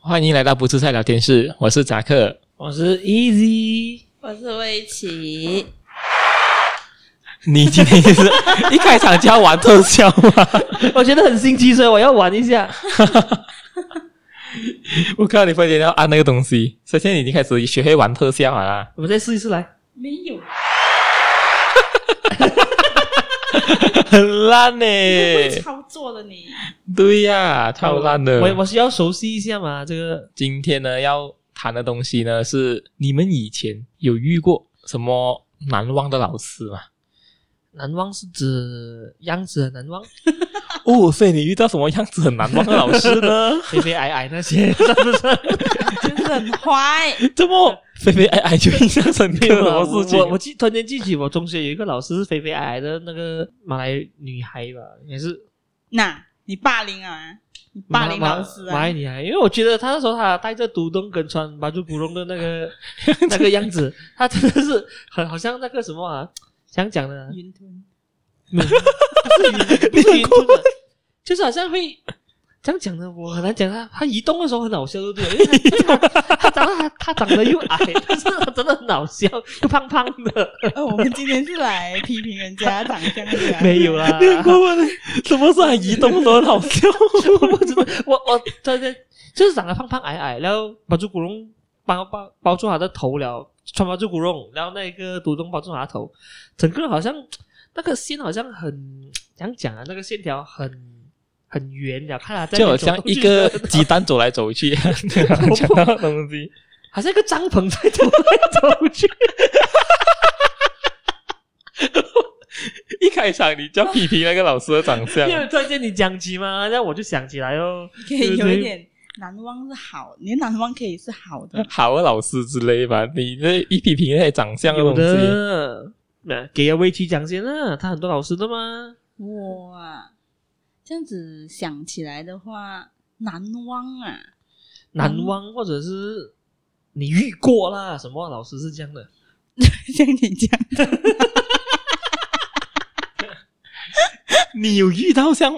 欢迎来到不吃菜聊天室，我是扎克。我是 Easy，我是魏琪，你今天就是一开场就要玩特效吗？我觉得很新奇，所以我要玩一下。我看到你发现要按那个东西，所以现在你已经开始学会玩特效了啦。我们再试一试来，没有，很烂呢、会操作的你，对呀、超烂的。我我需要熟悉一下嘛，这个今天呢要谈的东西呢是你们以前有遇过什么难忘的老师吗？难忘是指样子很难忘，哦，所以你遇到什么样子很难忘的老师呢？肥肥矮矮那 些，是不是？就是很坏，怎么肥肥矮矮就印象深刻什么事情？我我记突然间记起，我中学有一个老师是肥肥矮矮的那个马来女孩吧，也是那你霸凌啊，你霸凌马老师马啊来，女孩，因为我觉得她那时候她带着独栋跟穿巴珠古龙的那个 那个样子，她真的是很好像那个什么啊，想讲的啊、云吞，没有不 是云，不是云吞的，就是好像会这样讲的，我很难讲他。他移动的时候很好笑，对不对？因为他他长 得他长得又矮， 但是他真的很好笑，又胖胖的，，哦，我们今天是来批评人家啊长相的没有，啦。我我什么时候还移动都很好笑？我只是我我真的就是长得胖胖矮矮，然后包住古龙包包包住他的头了，穿包住古龙，然后那个独东包住他的头，整个人好像那个线好像很怎样讲啊？那个线条很。很圆了，看他在就好那边像走一过去的个鸡蛋走来走去，我讲到东西。好像一个帐篷在走来走去。 一开场你就要批评那个老师的长相 因，为突然间你讲起嘛，那我就想起来哦。你可以有一点难忘是好，你的难忘可以是好的，好啊的老师之类吧？你这一批评那些长相的有东西，的，那给阿威奇讲先啦，他很多老师的嘛。哇，这样子想起来的话，难忘啊，难忘或者是你遇过啦，什么老师是这样的？ 像你这样。你有遇到像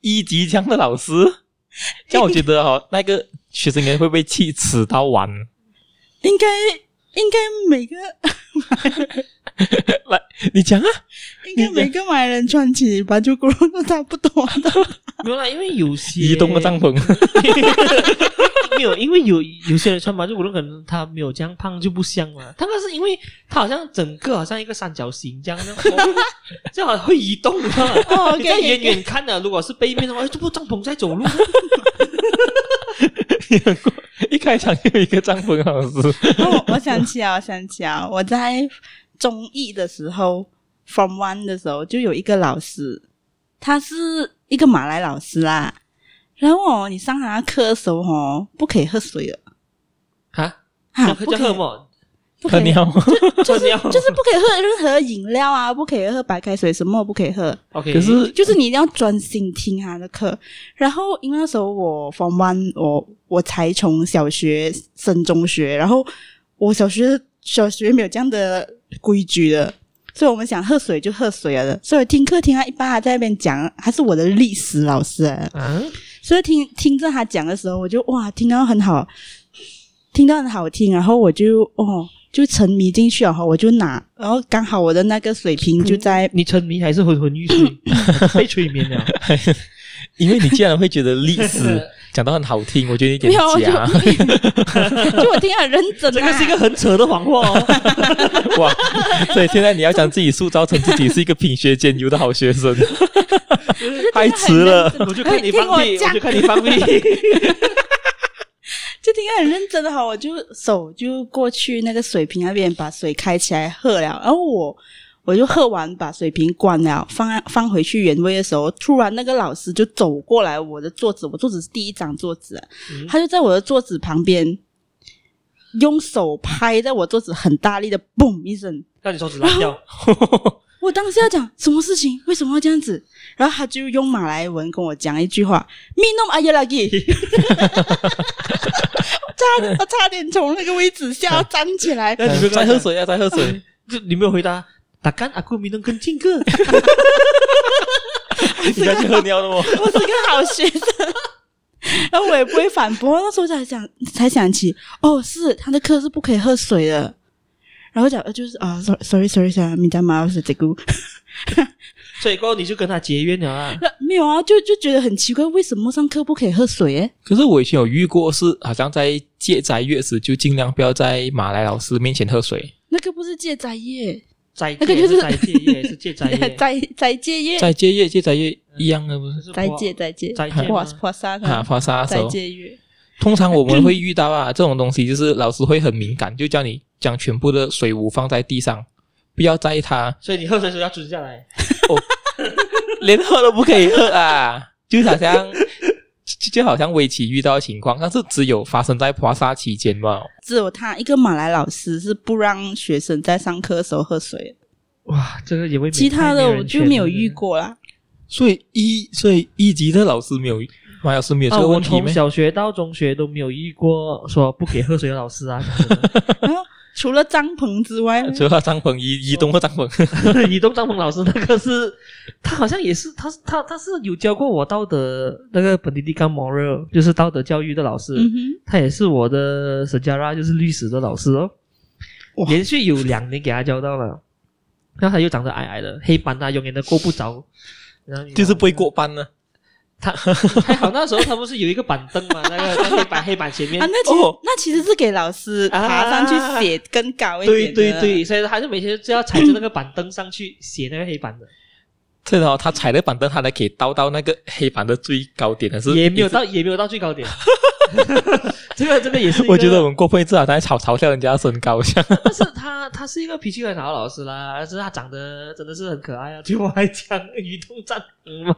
一级这样的老 师？像我觉得哦，那个学生应该会被气死到完。 应该应该每个你讲啊，应该每个马来人穿起巴九咕噜都差不多的。没有啦，因为有些移动的帐篷， 没有，因为有有些人穿马就可能可能他没有这样胖就不像了。他那是因为他好像整个好像一个三角形这样的， 这样会移动的。哦你在远远看的，如果是背面的话，哎这不帐篷在走路吗？一开场就有一个帐篷老师，哦，我想起啊，我想起啊，我在中艺的时候，Form One 的时候就有一个老师，他是一个马来老师啦。然后哦，你上他课的时候哦，不可以喝水的 啊， 啊，叫不叫哦可喝以么？ 不很 可以，鸟。就是就是不可以喝任何饮料啊，不可以喝白开水，什么都不可以喝。 OK，可是就是你一定要专心听他的课。然后因为那时候我 form one，我我才从小学升中学，然后我小学小学没有这样的规矩的，所以我们想喝水就喝水了的。所以我听课听他一般他在那边讲，他是我的历史老师来的，啊，所以听听着他讲的时候，我就哇，听到很好，听到很好听，然后我就哦。就沉迷进去了哈，我就拿，然后刚好我的那个水平嗯就在你沉迷还是昏昏欲睡， 被催眠了。因为你竟然会觉得历史 讲到很好听，我觉得有点没有，我就假。 就我听得很认真、啊， 啊这个是一个很扯的谎话哦。哇，所以现在你要将自己塑造成自己是一个品学兼优的好学 生，太迟了。 我就看你放哎屁，听我讲我就看你放屁。就听得很认真的哈，我就手就过去那个水瓶那边把水开起来喝了，然后我我就喝完把水瓶关了，放放回去原位的时候，突然那个老师就走过来我的桌子，我桌子是第一张桌子啊，嗯他就在我的桌子旁边。用手拍在我桌子，很大力的嘣一声， 让你手指烂掉， 我当时要讲什么事情，为什么要这样子？然后他就用马来文跟我讲一句话：“Minum air lagi。” 我差我差点从那个位置下站起来。那你就在再喝喝水。水啊，在 喝水。就你没有回答，打干阿库米能跟进个。你不要去喝尿的哦。我是个好学生。 然后我也不会反驳，那时候才想才想起，哦，是他的课是不可以喝水的。然后讲呃就是啊、s o r r y sorry sorry sorry，米加马是这个， 所以过后你就跟他结怨了啊。那 没有啊，就就觉得很奇怪，为什么上课不可以喝水？诶可是我以前有遇过，是好像在戒斋月时，就尽量不要在马来老师面前喝水。那个不是戒斋夜，斋戒那个就是斋戒夜，是戒 斋夜，斋斋戒夜，在戒夜戒斋月一样的不是是斋泼戒斋戒，斋戒破吗破沙啊？发沙的时斋候，嗯戒月，通常我们会遇到啊这种东西，就是老师会很敏感，就叫你将全部的水壶放在地上，不要在意它，所以你喝水的时候要蹲下来。连喝都不可以喝啊！就好像就就好像围棋遇到的情况，但是只有发生在华沙期间嘛。只有他一个马来老师是不让学生在上课的时候喝水，哇，这个也未免其他的太我人就权没有了遇。过啦。所以一所以一级的老师没有马老师没有这啊，个我问题从吗？小学到中学都没有遇过说不给喝水的老师 啊，讲真然后除了张鹏之外，啊除了张鹏移移动和张鹏，的移动张鹏老师那个是，他好像也是，他是他他是有教过我道德那个本地地干 moral，就是道德教育的老师，嗯哼，他也是我的 sejarah 就是历史的老师哦，哇连续有两年给他教到了，然后他又长得矮矮的，黑斑啊，永远都够不着，然后你就是不会过班呢。他还好那时候他不是有一个板凳 嘛，那个在黑板黑板前面啊，。那其实、哦那其实是给老师爬上去写更高啊一对点对的对，所以他就每天就要踩着那个板凳上去写那个黑板的，这然后他踩了板凳，他才可以到到那个黑板的最高点 的是也没有。到也没有到最 高点。 这个这个也是一个，我觉得我们过分至少在嘲嘲笑人家的身高，像 但是他他是一个脾气很好的老师啦，但是他长得真的是很可爱啊。对我来讲，移动战嗯嘛，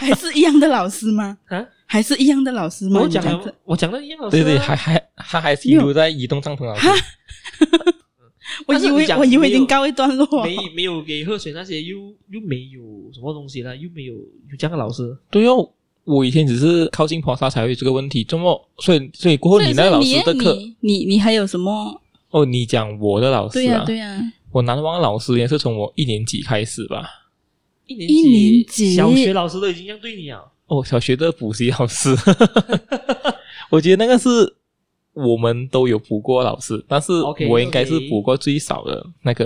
还是一样的老师吗？啊，还是一样的老师吗？我讲你看的我讲的一样老师、对啊，对，还还他还是一路在移动帐篷老师哈。我但是以你为讲我以为没已有经告一段落，没没有给喝水那些，又又没有什么东西了，又没有有这样的老师。对哦，我以前只是靠近华沙才会有这个问题，这么所以所以过后所以你那个老师的你课你你你还有什么？哦，你讲我的老师对呀、啊，对呀、我难忘的老师也是从我一年级开始吧。一年一年级小学老师都已经这样对你啊了，哦，小学的补习老 师，我觉得那个是我们都有补过的老师，但是 OK，我应该是 OK 补过最少的那个，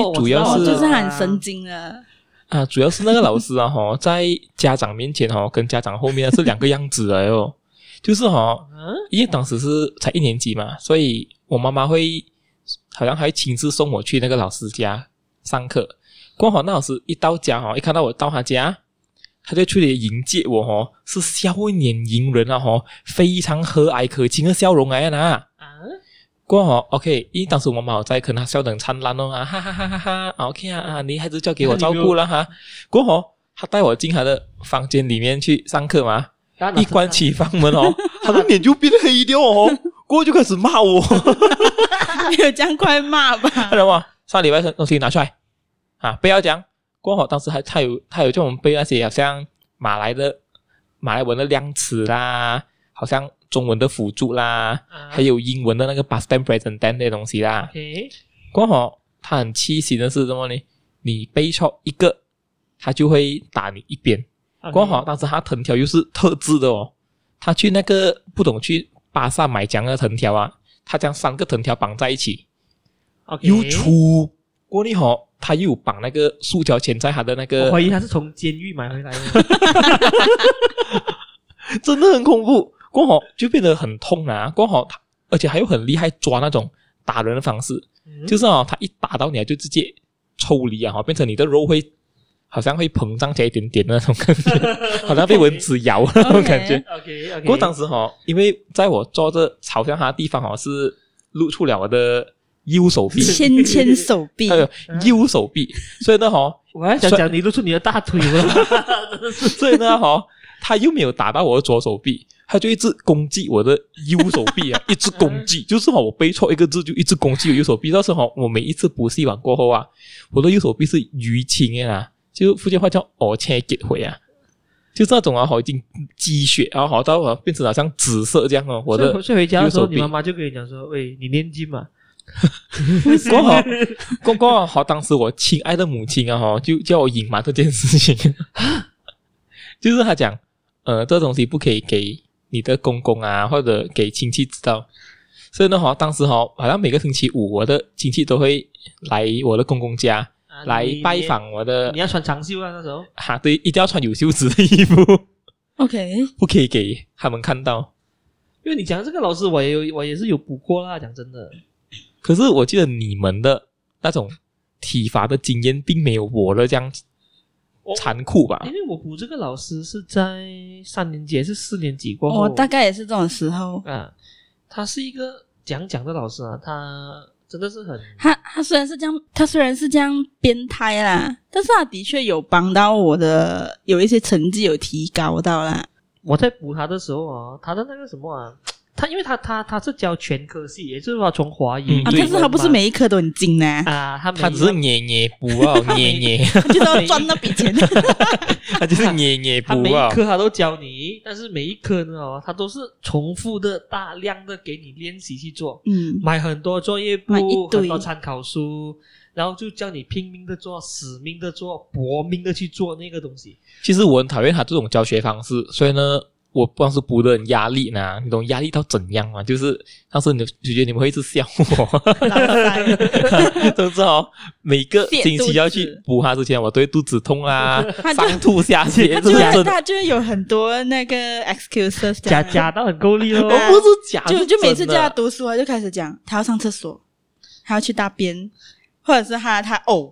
因为我主知要道哦，是就是啊很神经了。 啊，主要是那个老师啊， 哈，在家长面前哦，跟家长后面是两个样子来哦， 就是哈，嗯、因为当时是才一年级嘛，所以我妈妈会好像还亲自送我去那个老师家上课。刚好那老师一到家哦，一看到我到他家，他就出来迎接我哦，是笑脸迎人啊哦，非常和蔼可亲的笑容来啊呐。啊，过后哦，OK，因为当时我妈妈有在，可能她笑得很灿烂哦啊，哈哈哈哈哈啊，OK 啊啊，你还是交给我照顾了哈。过后哦她带我进她的房间里面去上课嘛，然后一关起房门哦，她的脸就变黑掉哦，过后就开始骂我， 没有这样快骂吧？然后啊，上礼拜的东西拿出来啊，不要讲。过后当时还她有她有叫我们背那些好像马来的马来文的量词啦，好像中文的辅助啦，啊还有英文的那个 past tense present tense 那些东西啦。 OK，刚好他很气心的是什么呢？你背错一个，他就会打你一边。啊刚好当时他藤条又是特制的哦，他去那个不懂去巴萨买奖的藤条啊，他将三个藤条绑在一起， OK，又粗。过你好，他又有绑那个塑胶钳在他的那我个怀，疑他是从监狱买回来的。 真的很恐怖。过好就变得很痛啊，过好他，而且还有很厉害抓那种打人的方式。嗯就是哦，它一打到你啊，就直接抽离啊，哦变成你的肉会好像会膨胀起来一点点的那种感 觉，好像被蚊子咬啊那种感觉。哦 OK OK，不过当时哈、哦，因为在我坐着朝向它的地方哦，是露出了我的右手臂，牵牵手臂 还，有右手臂，所以呢哈、哦，我还想讲你露出你的大腿 了，真的是 所以呢哈、哦，它又没有打到我的左手臂。它就一直攻击我的右手臂啊，一直攻嗯击，就是哈、哦，我背错一个字就一直攻击我右手臂。到时候、哦、我每一次补习完过后啊，我的右手臂是淤青的啦，就福建话叫“哦切结回”啊，就是那种啊，好已经积血，然后好到啊变成好像紫色这样哦。我所以的回所以回家的时候，右手臂 你妈妈就跟你讲说：“喂，你念经嘛？”刚好刚刚好，当时我亲爱的母亲啊，哈，就叫我隐瞒这件事情， 就是他讲，呃，这东西不可以给你的公公啊，或者给亲戚知道。所以呢，哈，当时哈，好像每个星期五，我的亲戚都会来我的公公家 啊来你拜访我的你，要穿长袖啊，那时候哈、对，一定要穿有袖子的衣服， OK，不可以给他们看到。因为你讲这个老师，我也有我也是有补过啦。讲真的，可是我记得你们的那种体罚的经验，并没有我的这样我残酷吧因？为我补这个老师是在三年级还是四年级过后，我哦大概也是这种时候。啊，他是一个讲讲的老师啊，他真的是很他他虽然是这样，他虽然是这样变态啦，但是他的确有帮到我的，有一些成绩有提高到啦。我在补他的时候啊，他的那个什么啊，他因为他他他是教全科系，也就是说从华嗯语啊，对但是他不是每一科都很精呢、 啊，他每他只是捏捏补哦，捏捏，他就是要赚那笔 钱。他就是捏捏他补每哦一。科他都教你，但是每一科呢、哦，他都是重复的大量的给你练习去做，嗯，买很多作业买一簿，堆很多参考书，然后就叫你拼命的做，死命的做，搏命的去做那个东西。其实我很讨厌他这种教学方式，所以呢，我当时补的很压力呢，你懂压力到怎样吗？就是当时你就觉得你们会一直笑我， 老塞总之哦，每个星期要去补他之前，我都会肚子痛 啊，他就上吐下泻，他这就是会真的。他就会有很多那个 excuses 这假样假到很够力哦 我不是假，就是就每次真的叫他读书，他就开始讲他要上厕所，他要去大便，或者是他他呕。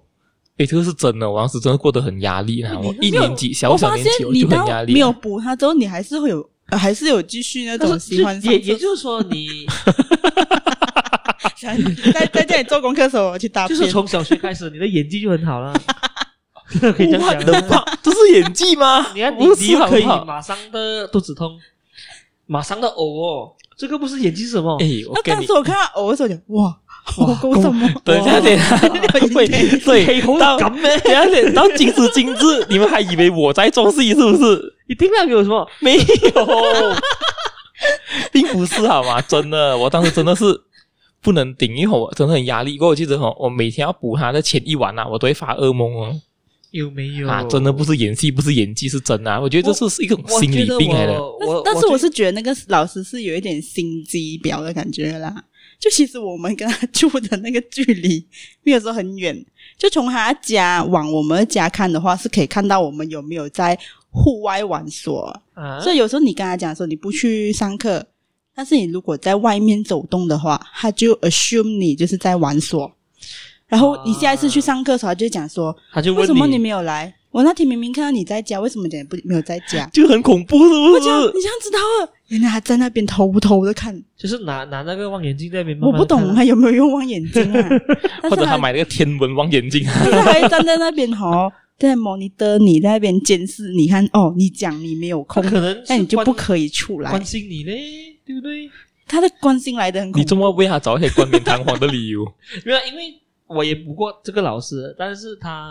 诶，这个是真的，我当时真的过得很压力呢。你我一年级小我小发年现级我你就到很压力，没有补他之后，你还是会有，呃还是有继续那但种是喜欢就上也厕所也就是说 你，在在家里做功课的时候我去大就便，是从小学开始，你的演技就很 好了，可以这样能讲。吧？这是演技吗？ 你看你不你是可可以以马上的肚子痛，马上的呕哦，这个不是演技是什哦么？哎，我那跟当你时我看到呕的时候就哇，我狗什么？等一下，等一下， 会对，到敢咩？等一下，等到今时今 日，你们还以为我在装戏是不是？一定要有什么？没 有，并不是好吗？真的，我当时真的是不能顶，因为我真的很压力。过我记得哈，我每天要补他的前一晚啊，我都会发噩梦哦。有没有啊，真的不是演戏，不是演技，是真啊！我觉得这是一种心理病来的。我觉得我但是我是觉得那个老师是有一点心机婊的感觉啦。就其实我们跟他住的那个距离，没有说很远，就从他家往我们家看的话，是可以看到我们有没有在户外玩耍。啊，所以有时候你跟他讲说你不去上课，但是你如果在外面走动的话，他就 assume 你就是在玩耍。然后你下一次去上课的时候，他就会讲说他就问为什么你没有来？我那天明明看到你在家，为什么你不没有在家？就很恐怖，是不我这样是？你这样知道了，原来他在那边偷偷的看，就是拿拿那个望远镜在那边慢我慢不看啊，懂他有没有用望远镜啊？但或是者他他买那个天文望远 镜，啊但是他会站在那边吼，在 monitor 你，在那边监视你看哦，你讲你没有他空，可能那你就不可可以出来关。心你嘞，对不对？他的关心来的很恐你怖这，么为他找一些冠冕堂皇的理由？没有，因为我也不过这个老师，但是他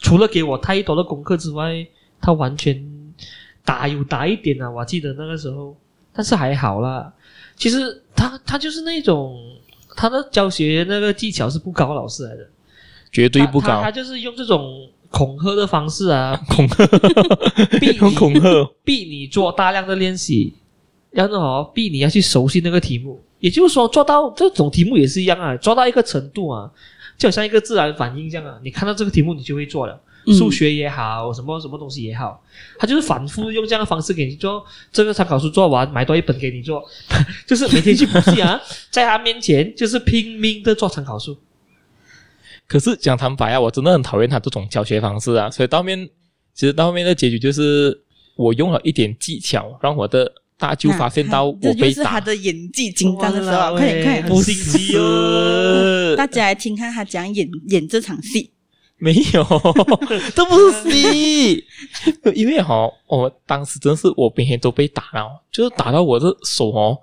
除了给我太多的功课之外，他完全打有打一点啊，我记得那个时候，但是还好啦。其实他他就是那种他的教学那个技巧是不高的老师来的，绝对不他他高他，就是用这种恐吓的方式啊， 恐吓， 逼你很恐吓。逼你做大量的练习，然后哦，逼你要去熟悉那个题目。也就是说，做到这种题目也是一样啊，做到一个程度啊，就好像一个自然反应这样啊。你看到这个题目，你就会做了，嗯数学也好，什么什么东西也好，他就是反复用这样的方式给你做。这个参考书做完，买多一本给你做， 就是每天去补习啊，在他面前就是拼命的做参考书。可是讲坦白啊，我真的很讨厌他这种教学方式啊，所以到面其实到后面的结局就是我用了一点技巧，让我的大舅发现到我 这就被是他打。的演技紧张的时候哇啊，啦快点快喂点，不是心机哦大家来听看他讲演演这场戏。没 有，这不是戏，因为哈、我当时真是我每天都被打了，就是打到我的手哦，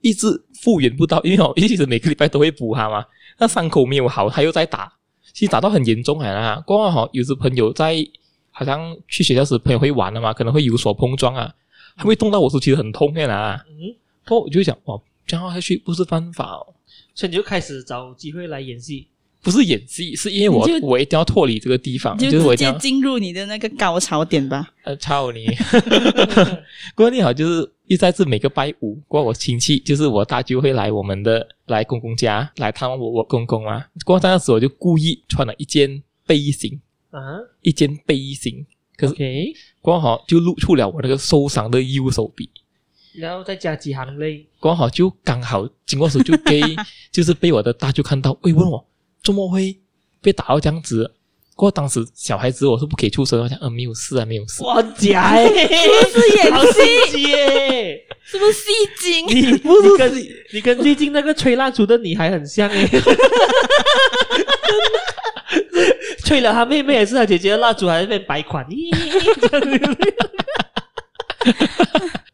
一直复原不到，因为我 一直每个礼拜都会补它嘛，那伤口没有好，他又在打，其实打到很严重了啦。过后哈、有时朋友在好像去学校时，朋友会玩的嘛，可能会有所碰撞啊，还会动到我手，其实很痛的啦。嗯，过后我就想，哇，这样下去不是犯法哦，所以你就开始找机会来演戏。不是演戏，是因为我你就我一定要脱离这个地方，就就是我一直定接要进入你的那个高潮点 吧。呃操你。 过年好就是一再是每个拜五，过后我亲戚就是我大舅会来我们的来公公家来探望我我公公嘛。过后那时候我就故意穿了一件背心，啊一件背心，可是，OK，过后就露出了我那个受伤的右手臂。然后再加几行泪，刚好就刚好经过时就被 就是被我的大舅看到，会问我怎么会被打到这样子。过后当时小孩子我是不可以出声，我讲嗯没有事啊没有事。哇，假 哎、不是演好心机耶！是不是戏精？你你跟你跟最近那个吹蜡烛的你还很像哎、吹了他妹妹也是他姐姐的蜡烛，还在那边摆款，咦这样子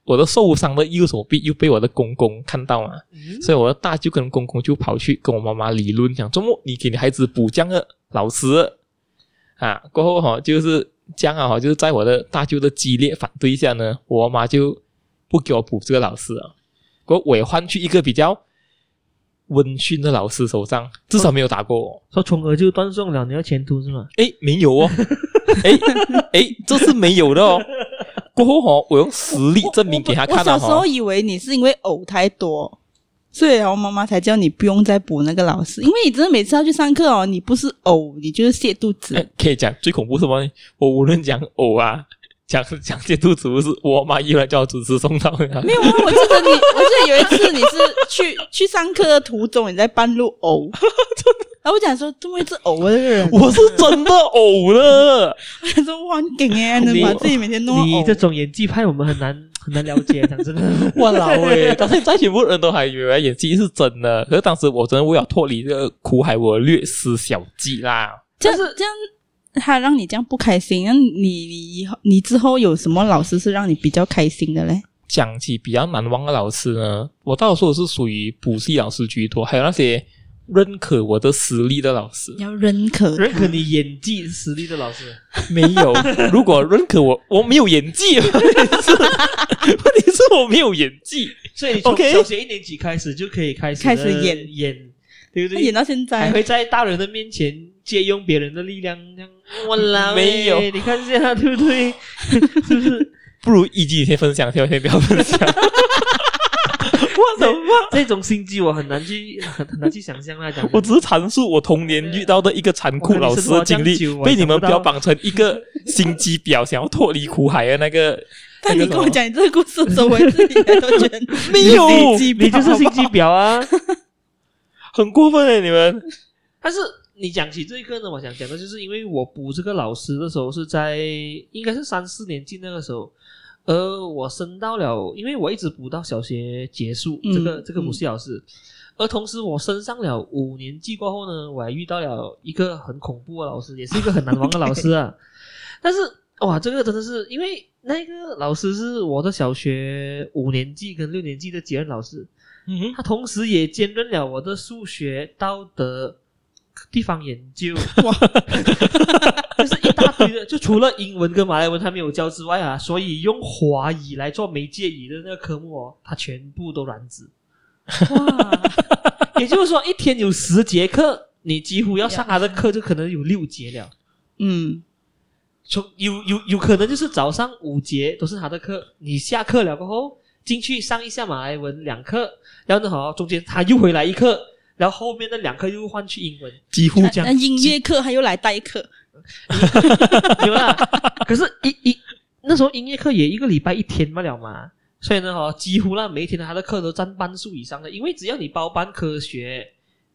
我的受伤的右手臂又被我的公公看到嘛，所以我的大舅跟公公就跑去跟我妈妈理论，讲周末你给你孩子补这样的老师啊，过后哈、就是这样啊，哈就是在我的大舅的激烈反对下呢，我妈就不给我补这个老师啊，过后我也换去一个比较温驯的老师手上，至少没有打过我。说从而就断送了你的前途是吗？诶，没有哦，诶诶，这是没有的哦。过后哈、我用实力证明给他看了、我小哦。时候以为你是因为呕太多，所以我妈妈才叫你不用再补那个老师，因为你真的每次要去上课哦，你不是呕，你就是泻肚哎子。 可以讲最恐怖是什么呢？我无论讲呕啊，讲讲这肚子不是，我妈依然叫我准时送到 呀。没有啊，我记得你， 我记得有一次你是去去上课的途中，你在半路呕， 然后我讲说这么一直呕的这个人，我是真的呕了，我想说哇，你梗哎，能 你把自己每天弄到你呕这种演技派，我们很难很难了解，讲真的。 哇老诶！到现在全部人都还以为演技是真的，可是当时我真的为了脱离这个苦海，我略施小计啦。这样这样，他让你这样不开心，那你你以后你之后有什么老师是让你比较开心的嘞？讲起比较难忘的老师呢，我到时候是属于补习老师居多，还有那些认可我的实力的老 师。要认可认可你演技实力的老师，没有，如果认可我，我没有演技，问题是 问题是我没有演技。所以你从 OK 小学一年级开始就可以开始开始地演演，对不他对？演到现还在， 会在大人的面前借用别人的力量，这样我啦，没有你看一下对不对？ 不如一集先分享，先先不要分享。我什么？这种心机我很难去很很难去想象啊那讲真的。 我只是阐述我童年遇到的一个残酷老师的经历我看你是多，被你们标榜成一个心机婊，想要脱离苦海的那个。但你跟我讲你这个故事的时候，我自己都觉得 没你有你你就是心机婊啊！ 很过分哎，你们但是你讲起这个呢，我想讲的就是，因为我补这个老师的时候是在应该是三四年级那个时候，呃，我升到了，因为我一直补到小学结束，嗯这个这个嗯补习老师。而同时，我升上了五年级过后呢，我还遇到了一个很恐怖的老师，也是一个很难忘的老师啊。 但是哇，这个真的是因为那个老师是我的小学五年级跟六年级的几任老师，嗯他 同时也兼任了我的数学、道德、地方研究，哇， 就是一大堆的。就除了英文跟马来文他没有教之外啊，所以用华语来做媒介语的那个科目哦，他全部都染指。 哇，也就是说，一天有十节课，你几乎要上他的课就可能有六节了。嗯，从有有有可能就是早上五节都是他的课，你下课了过后进去上一下马来文两课，然后呢好中间他又回来一课，然后后面那两课又换去英文，几乎这那样。音乐课他又来代课，有啦。 可是一一那时候音乐课也一个礼拜一天不了嘛，所以呢哦，几乎啦每一天他的课都占半数以上的，因为只要你包办科学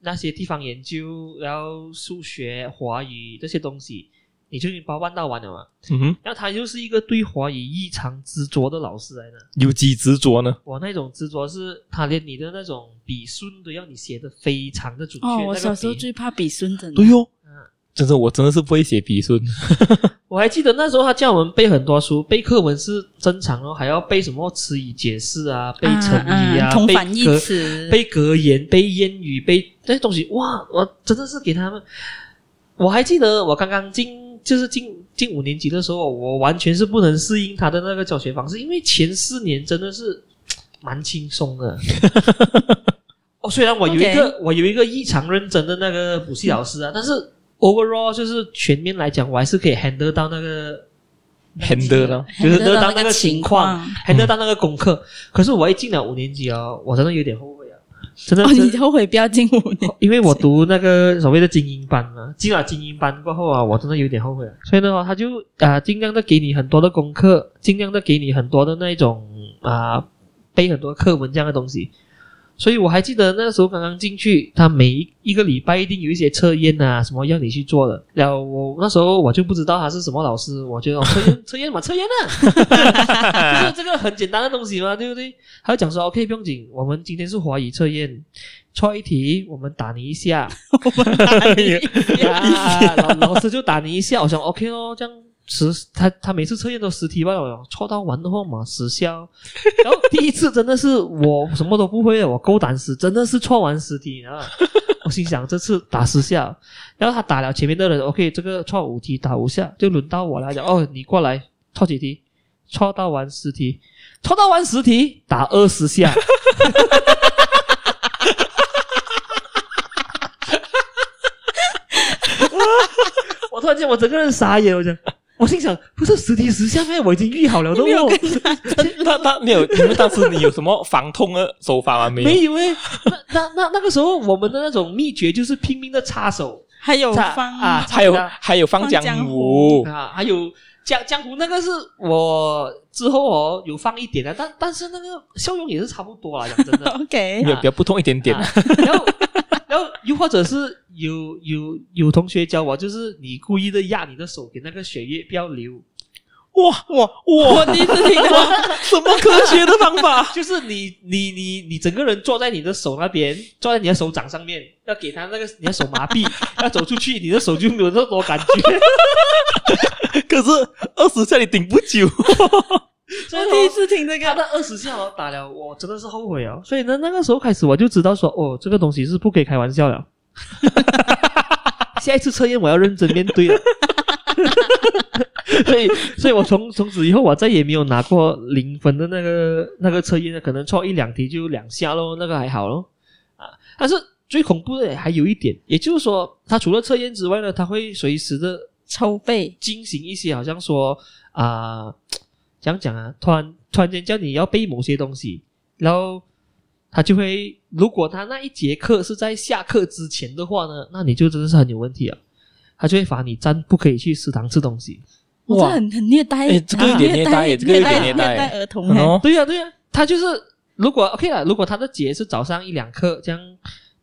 那些地方研究，然后数学、华语这些东西，你就已经包办到完了嘛。嗯哼，然后他又是一个对华语异常执着的老师来的，有几执着呢？我那种执着是他连你的那种笔顺都要你写的非常的准确。哦，那我个小时候笔最怕笔孙真的对，哦嗯，真的我真的是不会写笔顺。我还记得那时候他叫我们背很多书，背课文是正常哦，还要背什么词语解释啊，背成语啊，嗯同背反义格词，背格言、背谚语、背那些东西，哇，我真的是给他们。我还记得我刚刚进，就是进进五年级的时候，我完全是不能适应他的那个教学方式，因为前四年真的是蛮轻松 的。哦，虽然我有一个我有一个异常认真的那个补习老师啊，但是 overall 就是全面来讲，我还是可以 handle 到那个 handle 啊了，就是得到到那那个个情情况况， handle 到那个功课。可是我一进了五年级哦，我真的有点后悔啊，真的哦，真的你后悔不要进 五年？因为我读那个所谓的精英班嘛，进了精英班过后啊，我真的有点后悔了。所以呢，他就啊、呃尽量的给你很多的功课，尽量的给你很多的那一种啊、背很多课文这样的东西。所以我还记得那时候刚刚进去，他每一一个礼拜一定有一些测验啊，什么要你去做的。然后我那时候我就不知道他是什么老师，我觉得、哦、测验测验嘛，测验啊，就是这个很简单的东西嘛，对不对？他就讲说 OK 不用紧，我们今天是华语测验，错一题我们打你一下， 啊、老老师就打你一下，我想 OK 哦，这样十他他每次测验都十题吧，我想错到完的话嘛十消，然后第一次真的是我什么都不会的，我够胆识，真的是错完十题，然后我心想这次打十下，然后他打了前面的人，OK 这个错五题打五下，就轮到我来讲哦，你过来错几题，错到完十题，错到完十题打二十下。我突然间我整个人傻眼，我 讲，我心想，不是十题十下面我已经预好了的哦，那那没有，你们当时你有什么防痛的手法吗？没有， 没有诶，那那那那个时候我们的那种秘诀就是拼命的插手，还有插方啊， 插还有啊还有放放江江湖湖，啊，还有江江湖那个是我之后哦有放一点的，但但是那个效用也是差不多啦，讲真的。 ，OK，没有比较不同一点点啊。然后，然后又或者是有有有同学教我，就是你故意的压你的手，给那个血液不要流。哇哇哇！我第一次听到，什么科学的方法？就是你你你你整个人坐在你的手那边，坐在你的手掌上面，要给他那个你的手麻痹，要走出去，你的手就没有那么多感觉。可是二十下你顶不久， 所以我第一我次听这他个，那二十下我打了，我真的是后悔哦。所以呢，那个时候开始我就知道说，哦，这个东西是不可以开玩笑了。 下一次测验我要认真面对了。 所以，所以我从从此以后，我再也没有拿过零分的那个那个测验了，可能错一两题就两下咯，那个还好咯。啊。但是最恐怖的还有一点，也就是说，他除了测验之外呢，他会随时的筹备，进行一些好像说啊、讲讲啊，突然突然间叫你要背某些东西，然后他就会，如果他那一节课是在下课之前的话呢，那你就真的是很有问题啊，他就会罚你站不可以去食堂吃东西。我这很很虐待哎，这个有点虐待耶这个有点虐虐待待儿童哎，哦，对呀、对呀、他就是如果 OK 了，如果他的节是早上一两课这样。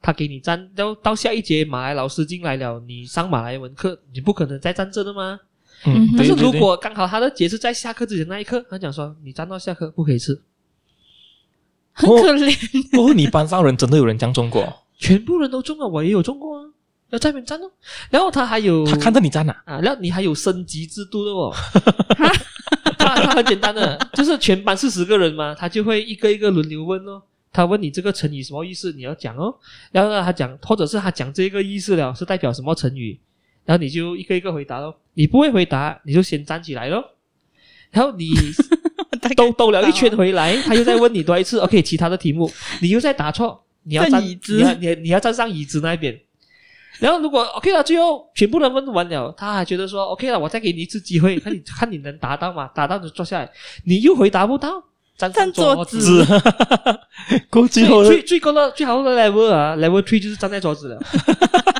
他给你站到到下一节马来老师进来了，你上马来文课，你不可能再站这的吗？嗯，嗯对但是对如对果刚好他的节是在下课之前那一刻，他讲说你站到下课不可以吃，很可怜。哦，你班上人真的有人讲中国，全部人都中了，我也有中过啊，要在那边站哦。然后他还有他看到你在哪？啊，然后你还有升级制度的 哦。他他很简单的，就是全班四十个人嘛，他就会一个一个轮流问哦。他问你这个成语什么意思，你要讲哦。然后呢，他讲，或者是他讲这个意思了，是代表什么成语，然后你就一个一个回答咯。你不会回答，你就先站起来咯。然后你 兜兜了一圈回来，他又再问你多一次。OK，其他的题目你又再答错，你要站站椅子你要你要你要站上椅子那边。然后如果 OK 了，最后全部人问完了，他还觉得说 OK 了，我再给你一次机会， 看你看你能达到吗？达到就坐下来，你又回答不到，站上站桌桌子是，过去后最最最高的最好的 level 啊，level three 就是站在桌子了。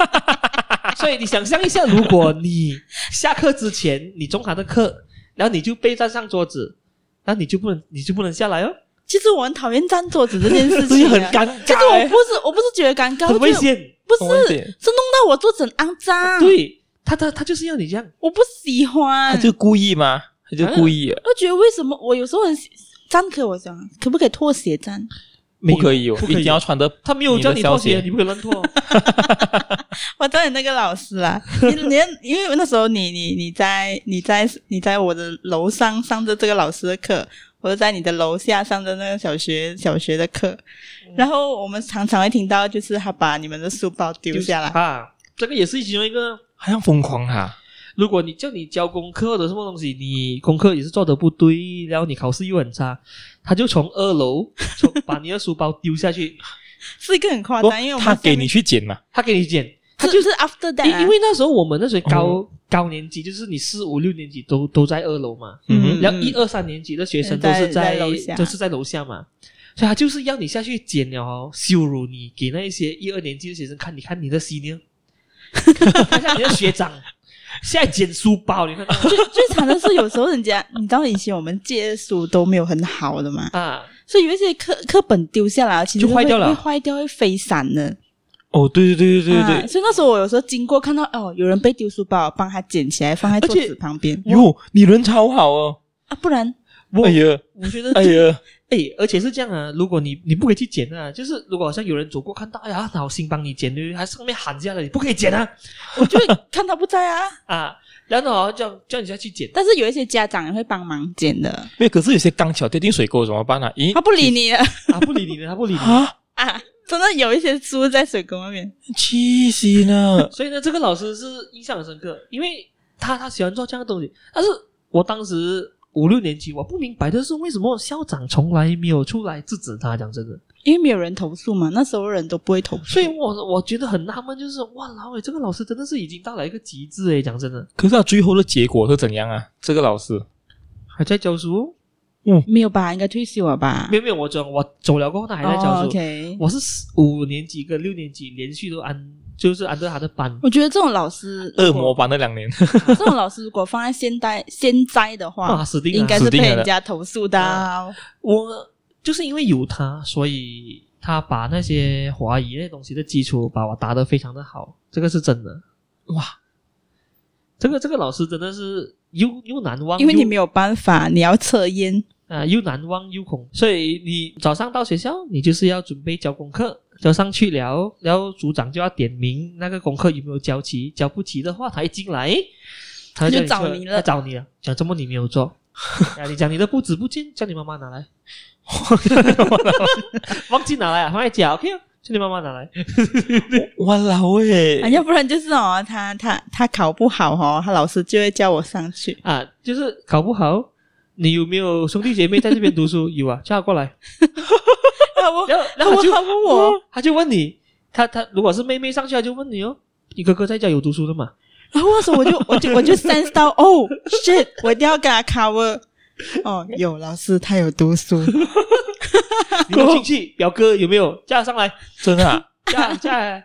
所以你想象一下，如果你下课之前你中考的课，然后你就被站上桌子，那你就不能你就不能下来哦，其实我很讨厌占桌子这件事所以 情啊，哎很尴其实我尬不是，我不是觉得尴尬，很我危觉得险。不很危是，险是弄到我桌子很肮脏，对他他他就是要你这样，我不喜他欢。啊就故意嘛，他就故意，我觉得为什么我有时候很喜站可我想可不可以脱鞋站？没有不可以哦，不一可定以要穿的。他没有叫你脱鞋，你的消息你不可以乱脱哦。我当然那个老师啦，你你因为那时候你你你在你在你在我的楼上上着这个老师的课，我就在你的楼下上着那个小学小学的课，然后我们常常会听到就是他把你们的书包丢下来，啊，这个也是其中一个。好像疯狂哈、如果你叫你教功课或者什么东西，你功课也是做的不对，然后你考试又很差，他就从二楼从把你的书包丢下去，是一个很夸不张，因为我们他给下面你去捡嘛，他给你捡。他就是 after that，因啊因为那时候我们那时候高、哦高年级，就是你四五六年级都都在二楼嘛，嗯然后一二三年级的学生都是在在楼下都是在楼下嘛，所以他就是要你下去捡了哦，羞辱你，给那一些一二年级的学生看，你看你的 senior，看一下你的学长，现在捡书包，你看到吗最最惨的是，有时候人家，你知道以前我们借的书都没有很好的嘛，啊，所以有一些课课本丢下来，其就实会坏掉了会坏掉，会飞散的。哦，对对对对对啊对，所以那时候我有时候经过看到哦，有人被丢书包，帮他捡起来放在桌而且子旁边哟，你人超好哦，啊，不然我哎呀我觉得哎呀，哎，而且是这样啊，如果你你不可以去捡啊，就是如果好像有人走过看到，哎呀，好心帮你捡，对不对？他上面喊下来，你不可以捡啊我就会看他不在啊。 啊，然后好像叫叫你下去捡。但是有一些家长也会帮忙捡的，没有，可是有些刚巧掉进水沟怎么办呢？咦他，不理你了啊，不理你了，他不理你。啊， 啊。真的有一些书在水沟那边，气死了！所以呢，这个老师是印象很深刻，因为他他喜欢做这样的东西。但是我当时五六年级，我不明白的是为什么校长从来没有出来制止他。讲真的，因为没有人投诉嘛，那时候人都不会投诉。所以我我觉得很纳闷，就是哇，老伟这个老师真的是已经到了一个极致诶。讲真的，可是他最后的结果是怎样啊？这个老师还在教书？没有吧？应该退休了吧？没有没有，我走我走了过后，他还在教哦书。 OK，我是五年级跟六年级连续都安，就是安着他的班。我觉得这种老师恶魔般的两年，这种老师如果放在现代现在的哇，话，死定了！应该是死被定了人家投诉的啊、我就是因为有他，所以他把那些华语那些东西的基础把我打得非常的好，这个是真的。哇，这个这个老师真的是又又难忘，因为你又没有办法，你要测验。啊，又难忘又恐，所以你早上到学校，你就是要准备交功课，交上去了，然后组长就要点名那个功课有没有交齐，交不齐的话，他一进来，他就叫找出来你他了找你了，讲怎么你没有做，啊，你讲你的不止不见，叫你妈妈拿来， 忘记拿来啊，放在家，OK 啊，叫你妈妈拿来， 哇老 哎啊，诶，要不然就是哦，他他他考不好哦，他老师就会叫我上去。啊，就是搞不好。你有没有兄弟姐妹在这边读书？有啊，叫他过来。啊， 我然后，然后就他问他问我，嗯他就问你，他他如果是妹妹上去，他就问你哦，你哥哥在家有读书的 嘛？然后那时候我就我就我就 sense 到哦 shit，我一定要跟他 cover。哦，有老师他有读书，你有亲戚表哥有没有？叫他上来，真的啊，叫他叫他。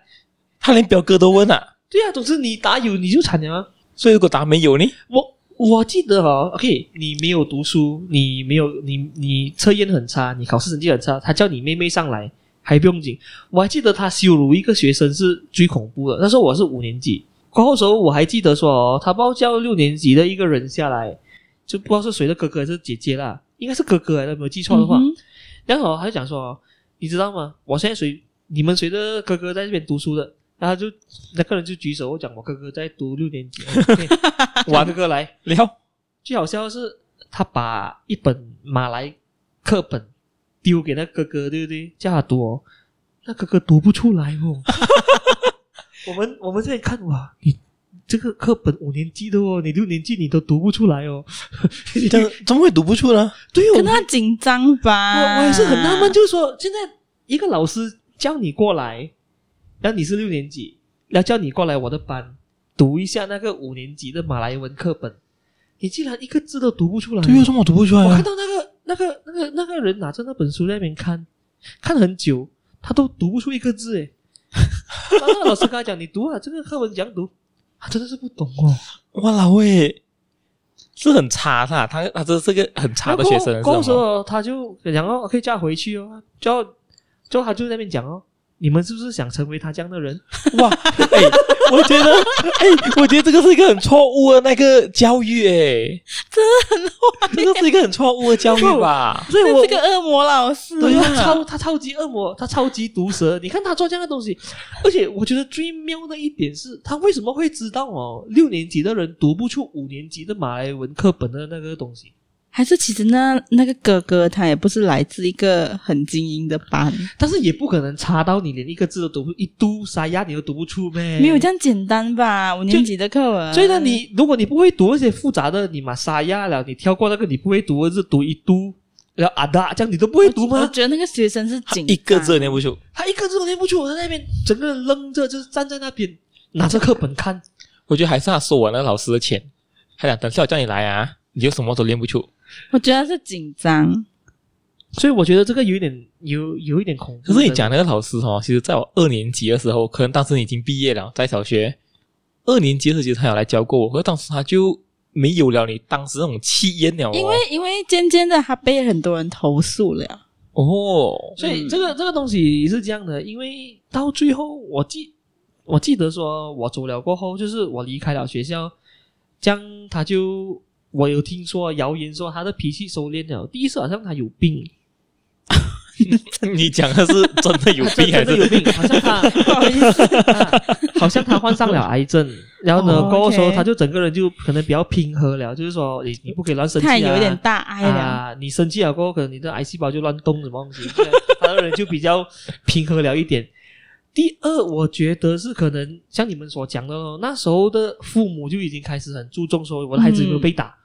他连表哥都问啊， 对啊，总之你打有你就惨了啊。所以如果答没有呢？我我记得哦，OK，你没有读书，你没有你你测验很差，你考试成绩很差，他叫你妹妹上来还不用紧。我还记得他羞辱一个学生是最恐怖的，那时候我是五年级，过后时候我还记得说哦，他包叫六年级的一个人下来，就不知道是谁的哥哥还是姐姐啦，应该是哥哥来的，没有记错的话。嗯哼然后他就讲说哦，你知道吗？我现在谁你们谁的哥哥在这边读书的？然后他就那个人就举手讲我哥哥在读六年级，我哥哥来。了，最好笑的是他把一本马来课本丢给那哥哥，对不对？叫他读哦，那哥哥读不出来哦。 我们我们在看哇，你这个课本五年级的哦，你六年级你都读不出来哦。 这样怎么会读不出呢？对可哦能，他紧张吧。我我也是很纳闷，就是说，现在一个老师叫你过来，然后你是六年级，然后叫你过来我的班读一下那个五年级的马来文课本，你竟然一个字都读不出来。对啊，怎么读不出来我啊看？到那个那个那个那个人拿着那本书在那边看，看很久，他都读不出一个字哎。 然后那个老师跟他讲：“你读啊，这个课文怎样读？”他真的是不懂哦。哇老诶，是很差是吧？他他这是个很差的学生，然后过后是时吗？候他就讲哦，可以叫他回去哦，叫叫他就在那边讲哦，你们是不是想成为他这样的人？哇，哎，我觉得，哎，我觉得这个是一个很错误的那个教育，哎，真的很坏，这个是一个很错误的教育吧？所以我这是个恶魔老师，对对他啊超他超级恶魔，他超级毒舌。你看他做这样的东 西，而且我觉得最妙的一点是他为什么会知道哦，六年级的人读不出五年级的马来文课本的那个东西。还是其实那那个哥哥他也不是来自一个很精英的班，但是也不可能差到你连一个字都读不，一读沙哑你都读不出呗。没有这样简单吧？五年级的课文，所以呢，你如果你不会读那些复杂的，你嘛沙哑了，你跳过那个你不会读的字，读一读，然后啊哒，这样你都不会读我吗？觉得那个学生是紧啊一个字张都念不出。他一个字都念不出，我在那边整个人愣着，就是站在那边拿着课本看。我觉得还是他收我那个老师的钱，他讲等下我叫你来啊，你就什么都练不出。我觉得他是紧张。所以我觉得这个有一点有有一点恐怖。可是你讲那个老师哦，其实在我二年级的时候，可能当时你已经毕业了，在小学二年级的时候，其实他有来教过我，可是当时他就没有了你当时那种气焰了哦。因为因为渐渐的，他被很多人投诉了。哦， 所以这个这个东西是这样的，因为到最后我记我记得说，我走了过后，就是我离开了学校，这样他就我有听说谣言说他的脾气收敛了，第一次好像他有病，你讲的是真的有他真病还 真的是有病，好像他不好意 思、啊好像他患上了癌症，然后呢，哦过后时候 OK 他就整个人就可能比较平和了，就是说你你不可以乱生气、啊，他有点大爱了，啊，你生气了过后，可能你的癌细胞就乱动什么东西，这 样他的人就比较平和了一点。第二，我觉得是可能像你们所讲的咯，那时候的父母就已经开始很注重说我的孩子有没有被打，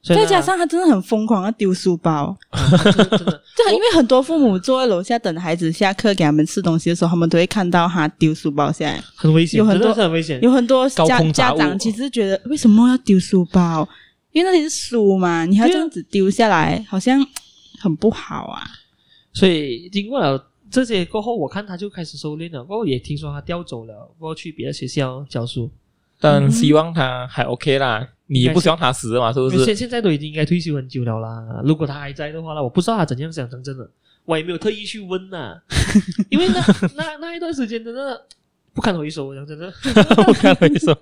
所以嗯再呢加上他真的很疯狂的丢书包。 真的真的对，因为很多父母坐在楼下等孩子下课给他们吃东西的时候，他们都会看到他丢书包下来。很危险，有很真的多是很危险。有很多高家空杂家物长其实觉得为什么要丢书包？因为那里是书嘛，你还要这样子丢下来，好像很不好啊。所以经过了这些过后，我看他就开始收敛了，过后也听说他调走了，过后去别的学校教书，但希望他还 OK 啦，你也不希望他死嘛，是不因为是？现现在都已经应该退休很久了啦。如果他还在的话呢，我不知道他怎样想，成真的，我也没有特意去问呐、 因为那那那一段时间真的不堪回首，我讲真的 不堪回首，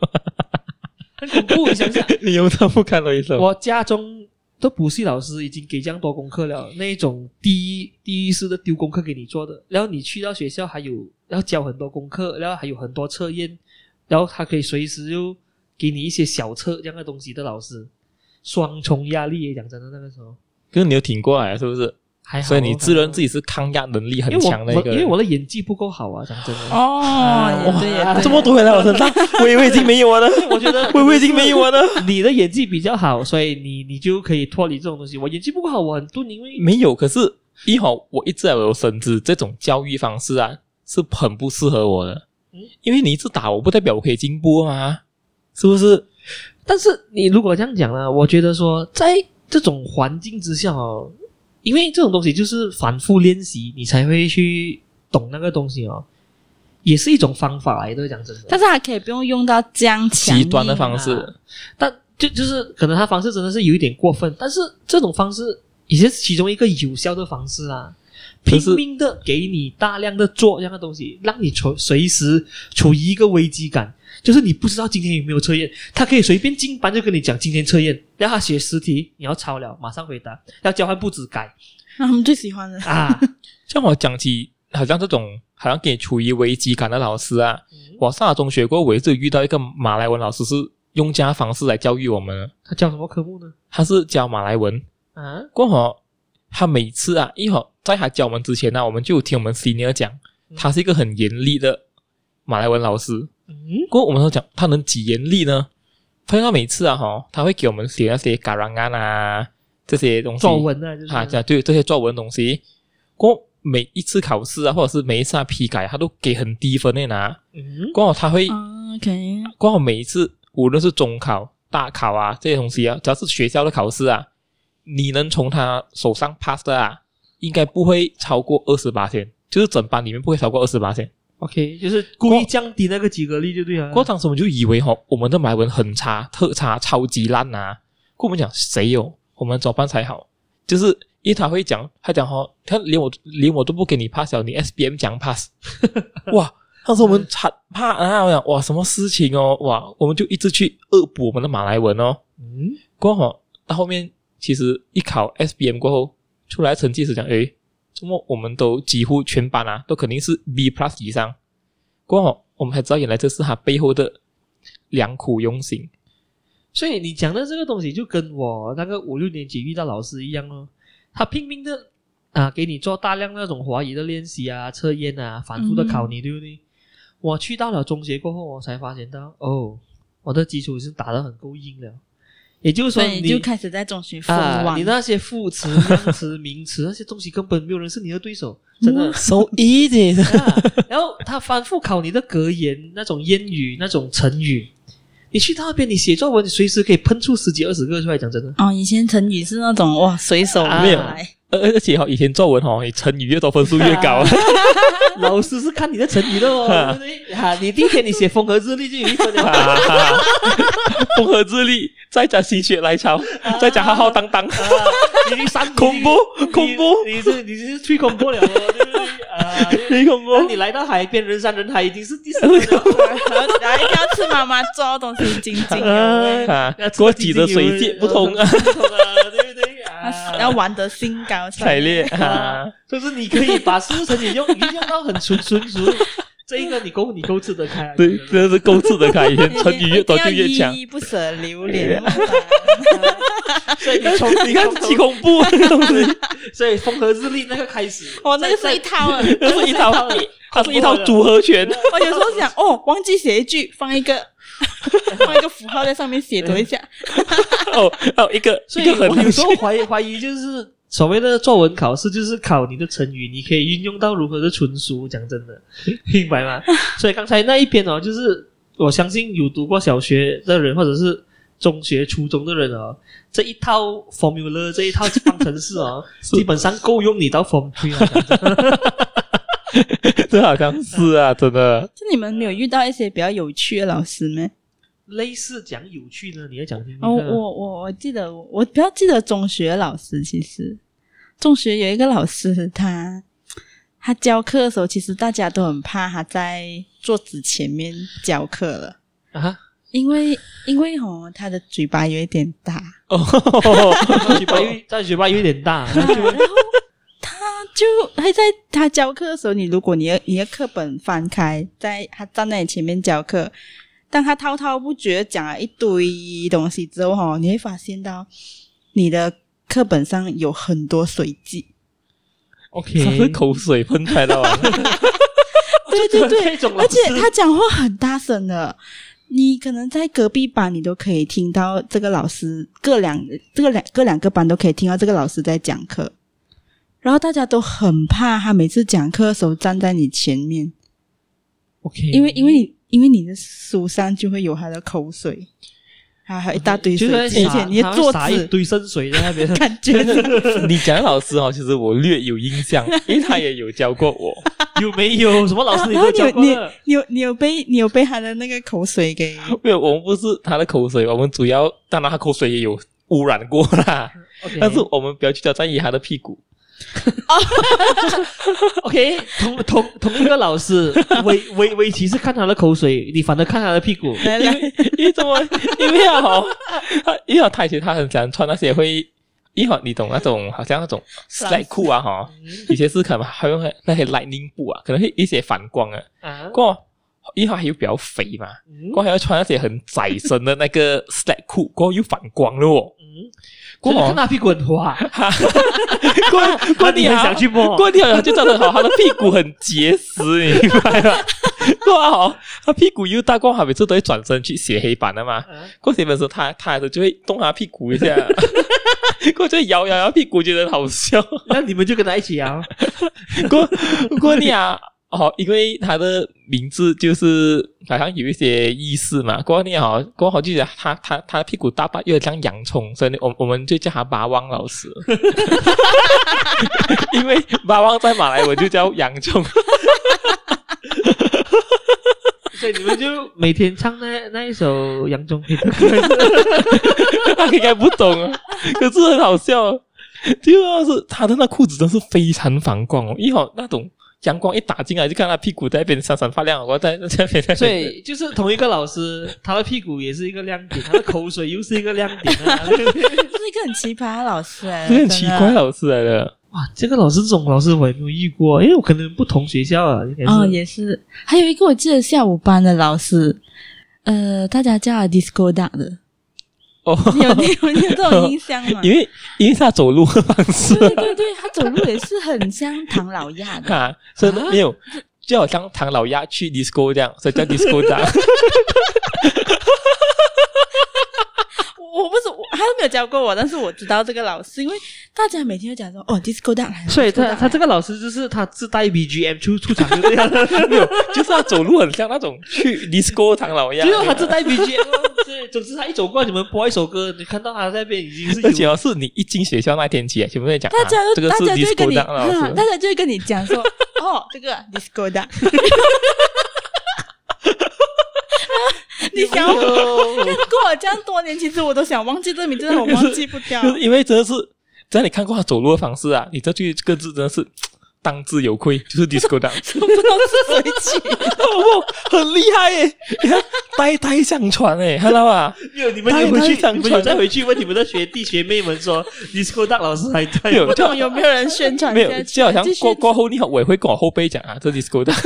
很恐怖。你想 想，你用他不堪回首。我家中的补习老师已经给这样多功课了，那一种第一第一式的丢功课给你做的，然后你去到学校还有要交很多功课，然后还有很多测验，然后他可以随时就给你一些小测这样的东西的老师，双重压力也讲真的那个时候。可是你有挺过来，是不是？还好，所以你自认自己己是抗压能力因很为我强的一我个因人。为我啊的演技不够好啊，讲真的。哦，也对，也哇对这么多回来我身上，我以为已经没有我了，我觉得我以为已经没有我了。你的演技比较好，所以你你就可以脱离这种东西。我演技不够好，我很钝，因为没有，可是一吼，我一直以来我有深知这种教育方式啊是很不适合我的嗯，因为你一直打我不代表我可以进步啊，是不是？但是你如果这样讲啊呢，我觉得说在这种环境之下哦，因为这种东西就是反复练习，你才会去懂那个东西哦，也是一种方法来的。讲真的，但是他可以不用用到这样强极端的硬方啊式，但就就是可能他方式真的是有一点过分，但是这种方式也是其中一个有效的方式啊。可拼是命的给你大量的做这样的东西，让你处随时处于一个危机感，就是你不知道今天有没有测验，他可以随便进班就跟你讲今天测验，让他写十题，你要抄了马上回答，要交换簿子改那他们最喜欢的啊。像我讲起，好像这种好像给你处于危机感的老师啊，我上了中学过后，我也是有遇到一个马来文老师，是用这样的方式来教育我们的，他教什么科目呢？他是教马来文。啊，过后，他每次啊，一会儿在他教我们之前啊呢、我们就有听我们 senior 讲，嗯他是一个很严厉的马来文老师。嗯，过后我们都讲他能几严厉呢？发现他每次啊，哈，他会给我们写那些嘎啷安啊这些东西作文呢、就是啊，这样对这些作文东西。过后每一次考试啊，或者是每一次他批改，他都给很低分的拿。嗯，过后他会，嗯，OK，过后每一次无论是中考、大考啊这些东西啊，只要是学校的考试啊，你能从他手上 pass 的啊，应该不会超过二十八线，就是整班里面不会超过二十八线。 OK，就是故意降低那个及格率就对了。不过当时我们就以为哈、我们的马来文很差、特差、超级烂呐、啊。过后我们讲谁有，我们早班才好，就是因为他会讲，他讲哈、他连我连我都不给你 pass 了，你 SBM 讲 pass，哇！当时我们惨怕啊！我讲哇，什么事情哦？哇，我们就一直去恶补我们的马来文哦。嗯，过后哦到后面，其实一考 SBM 过后出来成绩是讲，诶，怎么我们都几乎全班啊，都肯定是 B plus 以上。过后哦我们才知道，原来这是他背后的良苦用心。所以你讲的这个东西就跟我那个五六年级遇到老师一样哦，他拼命的啊给你做大量那种华语的练习啊、测验啊，反复的考嗯你，对不对？我去到了中学过后，我才发现到哦，我的基础已经打得很够硬了。也就是说所你，以就开始在中学疯啊，玩你。那些副词、量词、 名词那些东西根本没有人是你的对手，真嗯的。 so easy，啊然后他反复考你的格言、那种谚语、那种成语。你去到那边，你写作文，你随时可以喷出十几二十个出来。讲真的，哦，以前成语是那种哇，随手啊拈来， 而而且哈，哦以前作文哈，你成语越多分数越高。 老师是看你的成语的哦，对不对？啊，你第一天你写风和日丽就有一分了。啊哈哈风和日丽，再加心血来潮，再加浩浩荡 荡，你你三恐怖恐怖，你你是你是吹恐怖了哦，对不对？啊，你哦恐那怖你来到海边，人山人海，已经是第四个了。然后一定要吃妈妈做的东西津津有 味，啊！锅底的水泄不通 啊，不通啊，对不对？啊，要玩得兴 高惨采烈。烈啊！就是你可以把四成语用运用到很纯纯熟，这一个你够你够吃得开啊。对，对真的是够吃的 开，以前成语越多就越一定要强依。依不舍榴 莲。所以你从你看从起恐怖的东 西，所以风和日丽那个开始，我那个是一套啊，它是一套，它是一套组合拳。 我有时候想，哦，忘记写一句，放一个 放一个符号在上面写多一 下。哦哦，一个所一以个很我流有时行候怀疑怀疑就是。所谓的作文考试就是考你的成语，你可以运用到如何的纯熟。讲真的，明白吗？所以刚才那一边哦，就是我相信有读过小学的人，或者是中学、初中的人哦，这一套 formula 这一套方程式哦，基本上够用你到 form three 了。讲真的 这好像是啊，真的。就你们没有遇到一些比较有趣的老师吗？类似讲有趣呢，你要讲听听哦，看啊我我我记得，我比较记得中学老师，其实中学有一个老师，他他教课的时候，其实大家都很怕他在桌子前面教课了，啊，因为因为哦，他的嘴巴有一点大，哦，嘴巴有在嘴巴有点大， 他就还在他教课的时候，你如果你的你的课本翻开，在他站在你前面教课，当他滔滔不绝讲了一堆东西之后，哈，你会发现到你的课本上有很多水迹。他 OK，是口水喷开了啊！对对对这种，老而且师他讲话很大声的，你可能在隔壁班你都可以听到这个老师各两这个两各两个班都可以听到这个老师在讲课，然后大家都很怕他每次讲课的时候站在你前面， OK，因为因为你因为你的书上就会有他的口水，还还有一大堆水就渍，是在而撒且你他会的桌撒一子。堆深水在那边 感觉是 你讲老师哦，其实我略有印象，因为他也有教过我。有没有什么 老师你 然后都你教有过你了？你有你有被你有被他的那个口 水给 没有，我们不是他的口水，我们主要当然他口水也有污染过 啦， OK 但是我们不要去挑战于他的屁股。 OK，同同同一个老师，围围围棋是看他的口水，你反而看他的屁股。 来因来为 因为怎么？因为啊哦，他因为啊他以前他很喜欢穿那些会，因为啊你懂那种好像那种蓝内裤啊哈，嗯有些是可能还用那些 lightning 布啊，可能会一些反光啊。啊，过后，因为他又比较肥嘛，嗯过后还要穿那些很窄身的那个 slack 裤，过后又反光了哦。嗯，过真的后看他屁股很滑，过过那你你很啊想去 摸。过掉了就真的好，他的屁股很结实，你明白吗？过好，他屁股又大，过好每次都会转身去写黑板的嘛。啊过写本时候，他他还是就会动他屁股一下， 过就摇摇摇屁股，觉得好笑。那你们就跟他一起啊。过过你啊，哦，因为他的名字就是好像有一些意思嘛。过你好，过好就觉得他他他的屁股大大，又很像洋葱，所以我我们就叫他巴旺老师， 因为巴旺在马来文就叫洋葱。所以你们就每天唱那那一首《杨宗纬》。他应该不懂 啊，可是很好笑、啊。第二是他的那裤子真是非常反光哦，一好那种阳光一打进来，就看他屁股在那边闪闪发亮，我在在那边。所以 就是同一个老师，他的屁股也是一个亮点，他的口水又是一个亮点、啊。 就是一个很奇葩的老师来的， 这个很奇真的怪，老师来的，哇，这个老师这种老师我也没有遇过，因为我可能不同学校啊，应该是。哦，也是。还有一个我记得下午班的老师，呃，大家叫他 disco duck 的，哦，你 有你有你有这种印象吗？ 因为因为是他走路的方式对对对，他走路也是很像唐老鸭的。 啊，真的没有，就好像唐老鸭去 disco 这样，所以 叫 disco 党。 我我不是我，他都没有教过我，但是我知道这个老师，因为大家每天都讲说哦，disco down 来了。所以他 disco 他 down 这个老师就是他自带 BGM 出出场就 这样了，没有，就是他走路很像那种去 disco 唐老鸭只，有他自带 BGM 哦。所以总之他一走过来，你们播一首歌，你看到他那边已经是而且 有哦，是你一进学校那天起，全部在讲，大家啊、这个都大是家就会跟 disco 你，党老嗯大师，家就会跟你 讲说哦，这个 disco down。你想要跟过我这样多年，其实我都想忘记这个名字，但我忘记不 掉。就是因为真的是，只要你看过他走路的方式啊，你这句这个字真的是当之有愧，就是 disco 党，不知道是谁起 的，哇，很厉害耶，你看代代相传哎，看到吧？没有你们他有回去他想，你们有传再回去问你们的学弟学妹们说 disco 大老师还在没有 吗？就有没有人宣传没一下有，？就好像继续过过后，你好，我也会跟我后辈讲啊，这 disco 党。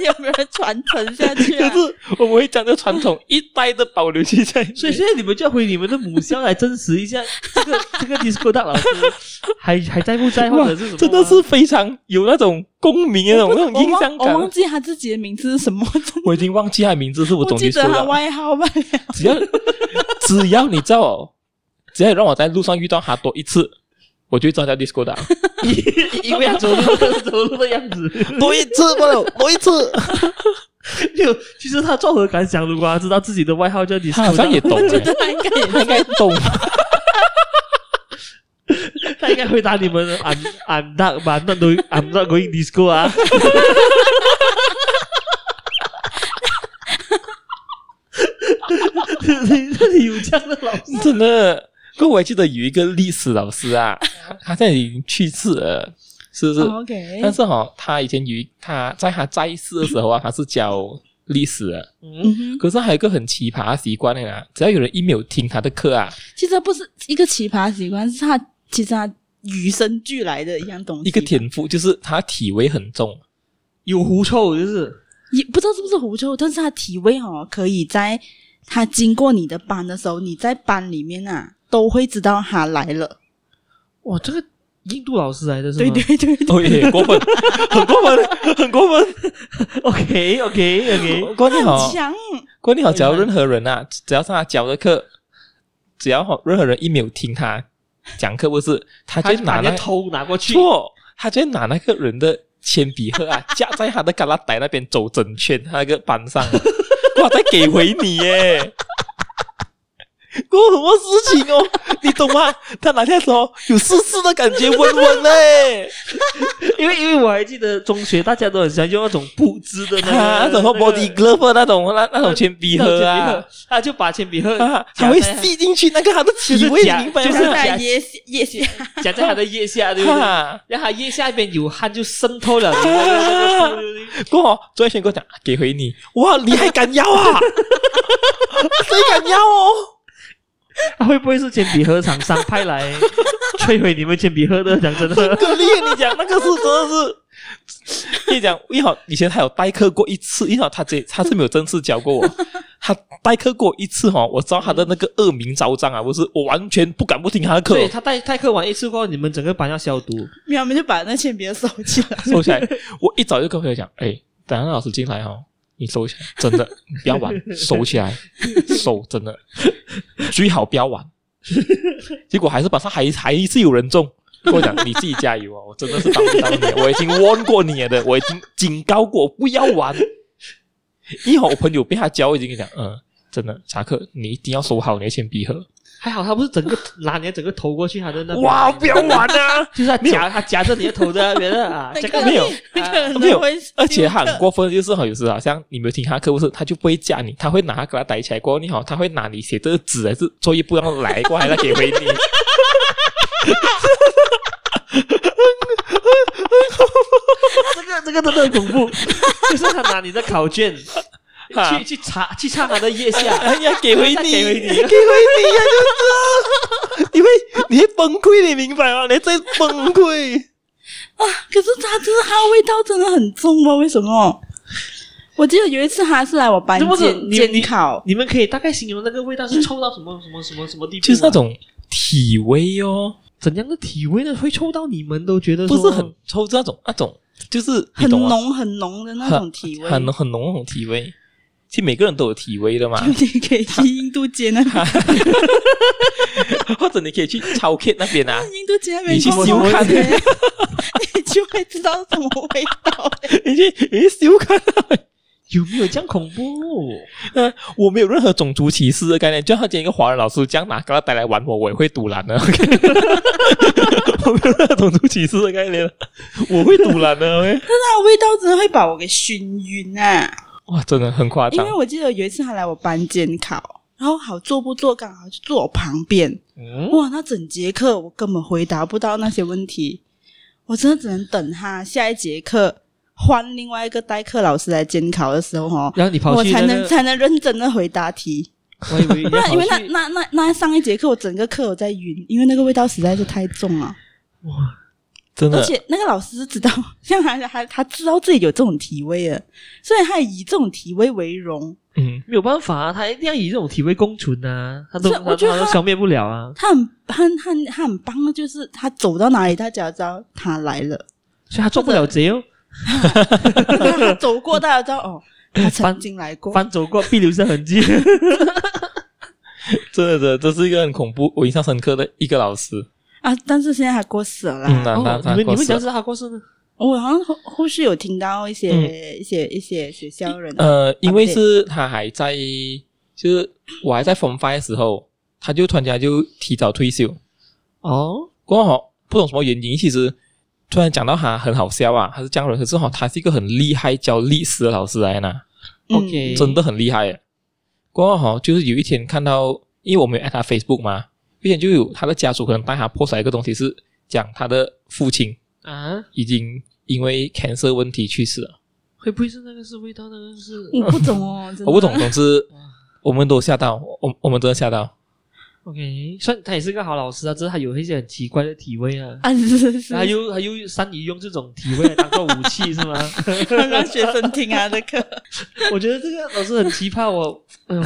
有没有人传承下去 啊就？是我们会将这传统一代的保留下 来。所以现在你们就要回你们的母校来证实一下，这个 这个 disco 大老师还还在不在，或哇者是什么啊？真的是非常有那种共鸣的那种那种我印忘象我忘感。记他自己的名字是什么，真的 我已经忘记他的名字，是我不总记结得说他的。啊外号罢了。只要只要你知道哦，只要让我在路上遇到他多一次，我就会知道他叫 disco 的。 因为他走路走路的样子。 多一次不了，多一次。就其实他作何感想？如果他知道自己的外号叫 disco，他好像也懂我觉欸，得他应该也他应该懂。他应该回答你们 I'm I'm not but not going I'm not going disco 啊。这里有这样的老师，真的。可我还记得有一个历史老师 啊，他现在已经去世了，是不是？ 哦 OK，但是哈、哦，他以前有一他在他在世的时候啊，他是教历史的。嗯嗯哼，可是还有一个很奇葩的习惯的啊，只要有人一没有听他的课啊，其实不是一个奇葩习惯，是他其实他与生俱来的一样东西，一个天赋就是他体味很 重。 有狐臭就是，也不知道是不是狐臭，但是他体味哦，可以在他经过你的班的时候，你在班里面啊都会知道他来了。哇，这个印度老师来的是对吗？对对对，哦耶，过分，很过 分，很过分。 ，OK OK OK， 关键好很，强，关键好，只要任何人啊，只要是他教的课，只要好任何人一没有听他讲课，不是他就 他会拿把那那偷拿过去，错，他就会拿那个人的铅笔盒 啊，架在他的旮旯袋那边走整圈，他那个班上，啊哇，再给回你耶！关我什么事情哦？你懂吗？他拿下的时候有湿湿的感觉，温温 嘞。因为因为我还记得中学大家都很喜欢用那种布织的 那啊，个什么那个 body glove 那种那那种铅笔盒啊，，他就把铅笔盒啊，夹还会在他吸进去那个它的体就是味，夹明白就吗是？在腋下腋下，夹在他的腋下，对不对？啊，让他腋下边有汗就渗透了你的那个裤，对不对过后周一轩跟我讲，给回你，哇，你还敢要啊？ 谁敢要哦？他会不会是铅笔盒厂商派来摧毁你们铅笔盒的？讲真的，可怜你讲那个是真的是，跟你讲，一好以前他有代课过一次，一好他这他是没有正式教过我，他代课过一次哈、哦，我知道他的那个恶名昭彰啊，我是我完全不敢不听他的课对，他代代课完一次过后，你们整个班要消毒，没有我们就把那铅笔收起 来。收起来。我一早就跟朋友讲，哎，等下那老师进来哦，你收起来，真的你不要玩，收起来，收真的，最好不要玩。结果还是把上还还是有人中。跟我讲，你自己加油啊！我真的是挡不到你了，我已经 warn 过你了的，我已经警告过不要玩。因为我朋友被他教，已经跟你讲，嗯，真的，查克，你一定要收好你的铅笔盒。还好他不是整个拿你的整个头过去，他的那边哇，不要玩啊！就是他夹他夹着你的头在那边的啊，这 个没有，那个人没有都会，而且他很过分，就是好有时好像你没有听他课，不是他就不会加你，他会拿他给他逮起来过后，你好，他会拿你写这个纸还是作业簿要来过后，还再给回你。这个这个真的很恐怖，就是他拿你的考卷啊去去查去查他的腋下，哎呀，给回再你，给回你给回你呀、就是啊，你会你会崩溃，你明白吗？你在崩溃。可是他真的，他的味道真的很重哦，为什么？我记得有一次他是来我班这不是监你监考，你们可以大概形容那个味道是臭到什么什么什么什么地步、就是那种体味哦，怎样的体味呢？会臭到你们都觉得不说是很臭，是那种那种就是你很懂吗？啊浓很浓的那种体味，很浓很浓那种体味。其实每个人都有体味 的嘛，你可以去印度街那边，或者你可以去超 K 那边啊，印度街那边你去逛修逛看 街你就会知道什么味道。 你去你去修看有没有这样恐 怖？呃，我没有任何种族歧视的概念，就像他今天一个华人老师这样拿个带来玩我，我也会堵拦的。OK，我没有任何种族歧视的概念，我会堵拦的。OK， 那味道真的会把我给熏晕啊！哇，真的很夸因张为。我记得有一次他来我班监考，然后好坐不坐刚好就坐我旁边，嗯，哇，那整节课我根本回答不到那些问题，我真的只能等他下一节课换另外一个代课老师来监考的时候哦。然后你跑我去才那能个，才能认真的回答题，我以为你不要然因为跑那去那那那上一节课我整个课我在晕，因为那个味道实在是太重了。哇，真而的，且那个老师知道， 像他他他知道自己有这种体味了，所以他也以这种体味为荣。嗯，没有办法啊，他一定要以这种体味共存啊，他都是他我觉得他都他消灭不了啊。他很他他他很棒的，就是他走到哪里，大家知道他来了；所以他做不了贼哦，他走过，大家知道哦，他曾经来嗯过。翻走过必留下痕迹。真的，真的，这是一个很恐怖、我印象深刻的一个老师。啊！但是现在他过世了啦。嗯啊， 那哦，他你们你过们世讲了是他过世呢？我好像后后续有听到一些、嗯一些一些学校人，啊呃，因为是他还在，就是我还在 form five 的时候，他就突然间就提早退休。哦，过后吼不懂什么原因，其实突然讲到他很好笑啊，他是这样的人，可是哈，他是一个很厉害教历史的老师来呢，嗯 OK 真的很厉害耶。过后吼就是有一天看到，因为我没有 at 他 Facebook 嘛，有一天就有他的家属可能带他 post 来一个东西，是讲他的父亲啊，已经因为 cancer 问题去世了。会不会是那个是味道？那个是我不懂 哦，真的我不懂，总之我们都吓到，我我们真的吓到。 OK，算他也是个好老师啊，只是他有一些很奇怪的体味啊。 啊，是是是他，又他又善于用这种体味来当做武器 是吗？让学生听啊他的课。 我觉得这个老师很奇葩，我哎呦，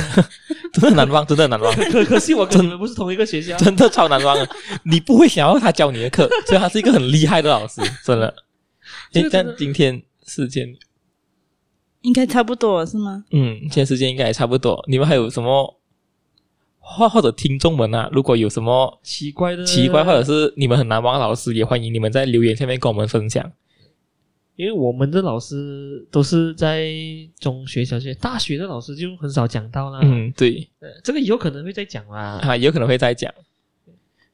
真的难忘，真的难忘，可可惜我跟你们不是同一个学校。 真的超难忘的。啊你不会想要他教你的 课，所以他是一个很厉害的老师，真的。这诶个但真的今天时间，应该差不多了是吗？嗯，今天时间应该也差不多。你们还有什么或或者听众们啊，如果有什么奇怪的，奇怪或者是你们很难忘的老师，也欢迎你们在留言下面跟我们分享。因为我们的老师都是在中学、小学、大学的老师就很少讲到啦。嗯，对呃，这个以后可能会再讲啦，啊，有可能会再讲。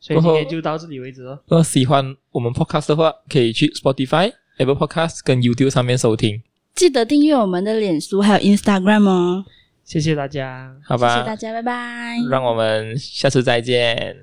所以今过天后就到这里为止咯。如果喜欢我们 podcast 的话，可以去 Spotify、Apple Podcast 跟 YouTube 上面收听，记得订阅我们的脸书还有 Instagram 哦。谢谢大家。好谢谢吧大？家，拜拜。让我们下次再见。